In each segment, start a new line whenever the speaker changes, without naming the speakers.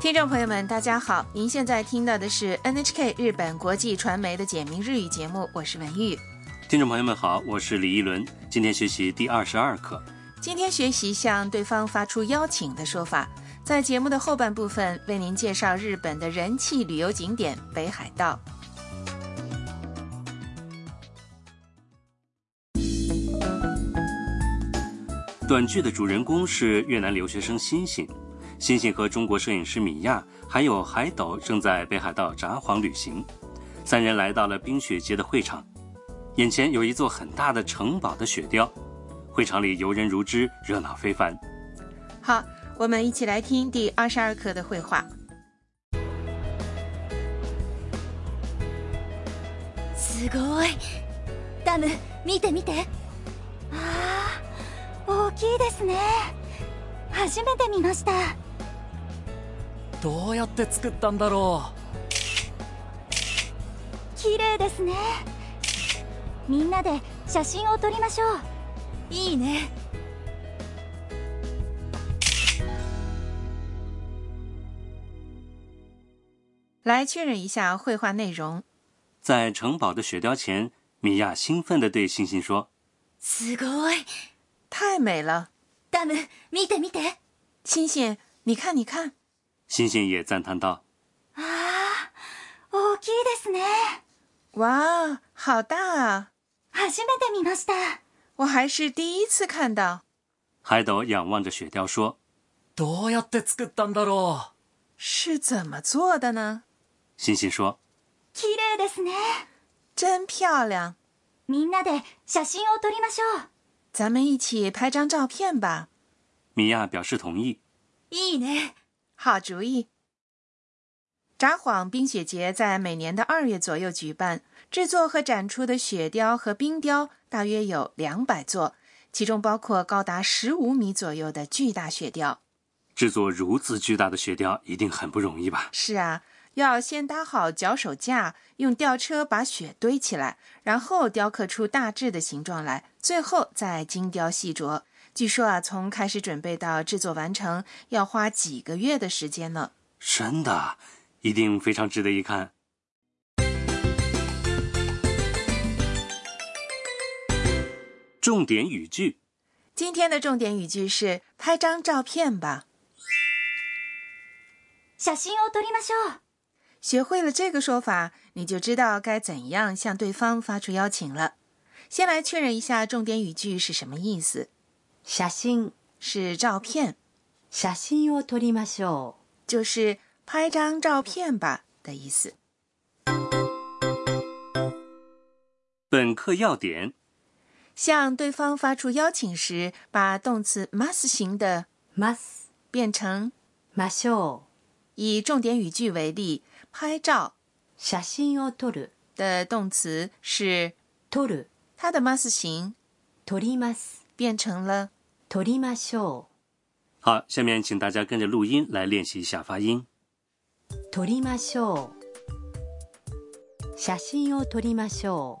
听众朋友们，大家好！您现在听到的是 NHK 日本国际传媒的简明日语节目，我是文玉。
听众朋友们好，我是李一伦，今天学习第二十二课。
今天学习向对方发出邀请的说法，在节目的后半部分为您介绍日本的人气旅游景点北海道。
短剧的主人公是越南留学生欣欣，欣欣和中国摄影师米娅还有海斗正在北海道札幌旅行，三人来到了冰雪节的会场，眼前有一座很大的城堡的雪雕，会场里游人如织，热闹非凡。
好，我们一起来听第二十二课的绘画。
すごいダム見て見てああ大きいですね初めて見ました
どうやって作ったんだろ
綺麗ですねみんなで写真を撮りましょういいね
来确认一下绘画内容。
在城堡的雪雕前，米娅兴奋地对欣欣说
すごい
太美了，
ダム見て見て
欣欣，你看，你看，：“
欣欣也赞叹道，
ああ大きいですね
哇，好大啊！
初めて見ました
我还是第一次看到。
海斗仰望着雪雕说。
うどうやって作ったんだろう
是怎么做的呢？
欣欣说
綺麗ですね
真漂亮，
みんなで写真を撮りましょう
咱们一起拍张照片吧。：“
米娅表示同意。
いいね
好主意。札幌冰雪节在每年的二月左右举办，制作和展出的雪雕和冰雕大约有两百座，其中包括高达十五米左右的巨大雪雕。
制作如此巨大的雪雕一定很不容易吧？”
是啊，要先搭好脚手架，用吊车把雪堆起来，然后雕刻出大致的形状来，最后再精雕细琢。据说啊，从开始准备到制作完成，要花几个月的时间呢。
真的，一定非常值得一看。重点语句：
今天的重点语句是“拍张照片吧
写真を撮りましょう”。
学会了这个说法，你就知道该怎样向对方发出邀请了。先来确认一下重点语句是什么意思，
写真
是照片，
写真を撮りましょ
就是拍张照片吧的意思。
本课要点：
向对方发出邀请时，把动词 must 型的
うます
变成
ましょう
以重点语句为例，拍照
写真を撮る
的动词是
撮る
它的 must 型
撮ります
变成了。
撮りましょ
好，下面请大家跟着录音来练习一下发音。
う撮りましょう写真を撮りましょう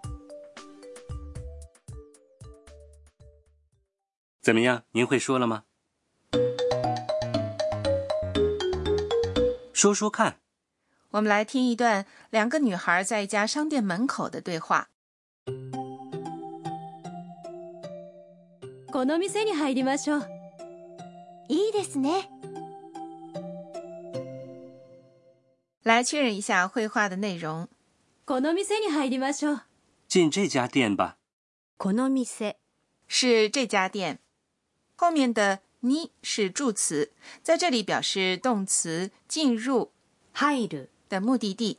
怎么样？您会说了吗？说说看。
我们来听一段两个女孩在一家商店门口的对话。
この店に入りましょういいですね
来确认一下绘画的内容。
この店に入りましょう
进这家店吧。
この店
是这家店。后面的你是助词，在这里表示动词进入
入る
的目的地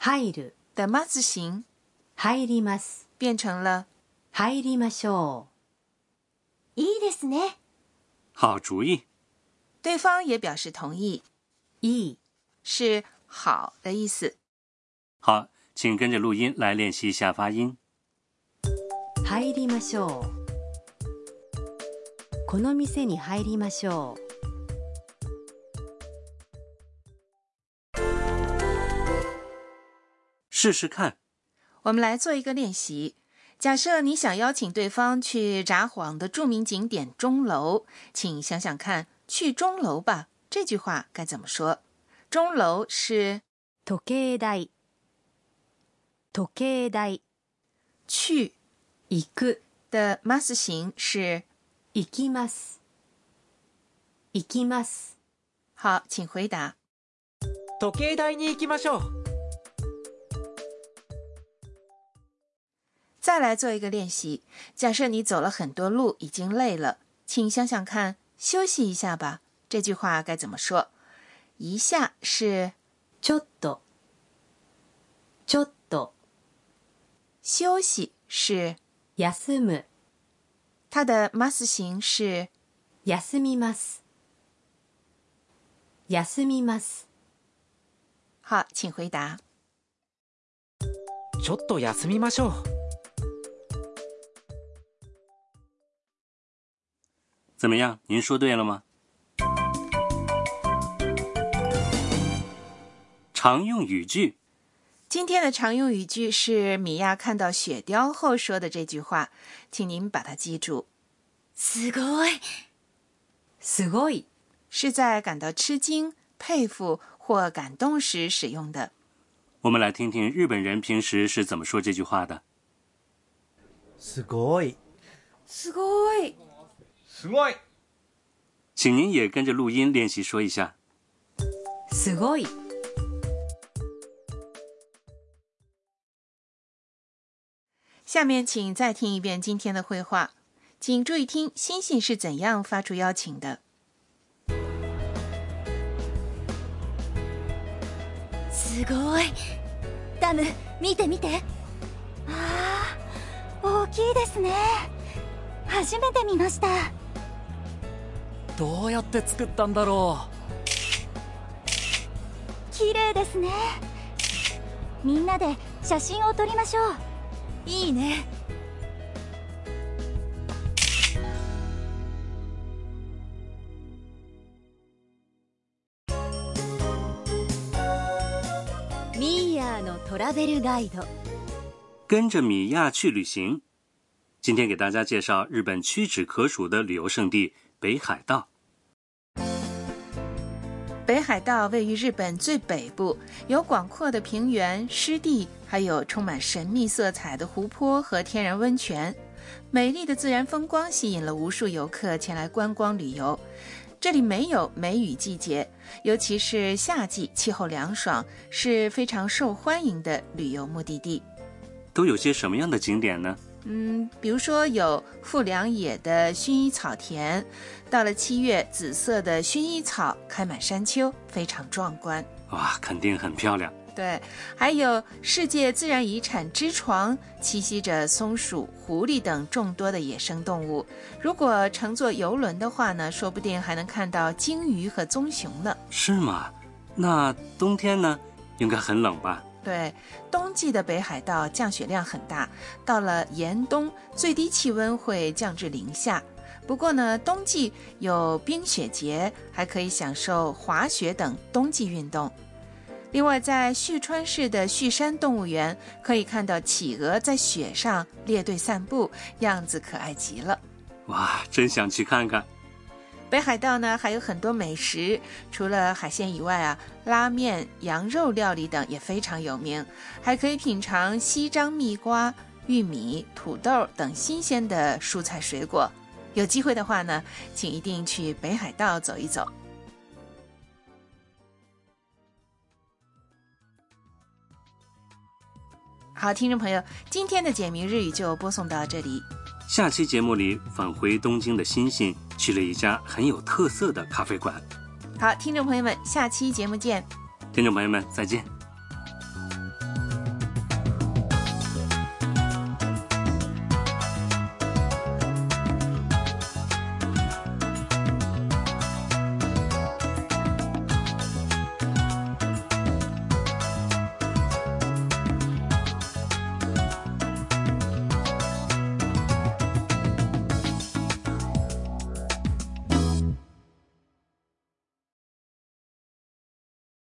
入る
的 must 形
入ります
变成了
入りましょ
いいですね
好主意。
对方也表示同意，
ういい
是好的意思。
好，请跟着录音来练习一下发音。
入りましょうこの店に入りましょう
试试看。
我们来做一个练习。假设你想邀请对方去札幌的著名景点钟楼，请想想看，“去钟楼吧”这句话该怎么说？钟楼是
時計台時計台
去
行く
的 mas 形是
行きます行きます
好，请回答。
時計台に行きましょう
再来做一个练习。假设你走了很多路，已经累了，请想想看，休息一下吧。这句话该怎么说？一下是
ちょっとちょっと
休息，是
休む
它的 mas 形是
休みます休みます
好，请回答。
ちょっと休みましょう
怎么样？您说对了吗？常用语句
今天的常用语句是米娅看到雪雕后说的这句话，请您把它记住，
すごい
すごい
是在感到吃惊、佩服或感动时使用的。
我们来听听日本人平时是怎么说这句话的。
すごい
すごい
すごい
请您也跟着录音练习说一下。
すごい
下面请再听一遍今天的绘画，请注意听星星是怎样发出邀请的。
すごいダム見て見てああ大きいですね初めて見ました
どうやって作ったんだろう
綺麗ですねみんなで写真を撮りましょういいねミーヤーのトラベルガイド
跟着米亚去旅行。今天给大家介绍日本屈指可数的旅游胜地北海道。
北海道位于日本最北部，有广阔的平原、湿地，还有充满神秘色彩的湖泊和天然温泉。美丽的自然风光吸引了无数游客前来观光旅游。这里没有梅雨季节，尤其是夏季，气候凉爽，是非常受欢迎的旅游目的地。
都有些什么样的景点呢？
嗯，比如说有富良野的薰衣草田，到了七月，紫色的薰衣草开满山丘，非常壮观。
哇，肯定很漂亮。
对，还有世界自然遗产之床，栖息着松鼠、狐狸等众多的野生动物。如果乘坐游轮的话呢，说不定还能看到鲸鱼和棕熊呢。
是吗？那冬天呢？应该很冷吧？
对，冬季的北海道降雪量很大，到了严冬，最低气温会降至零下。不过呢，冬季有冰雪节，还可以享受滑雪等冬季运动。另外，在旭川市的旭山动物园，可以看到企鹅在雪上列队散步，样子可爱极了。
哇，真想去看看。
北海道呢还有很多美食，除了海鲜以外啊，拉面、羊肉料理等也非常有名，还可以品尝西张蜜瓜、玉米、土豆等新鲜的蔬菜水果。有机会的话呢，请一定去北海道走一走。好，听众朋友，今天的简明日语就播送到这里。
下期节目里返回东京的欣欣去了一家很有特色的咖啡馆。
好，听众朋友们，下期节目见。
听众朋友们，再见。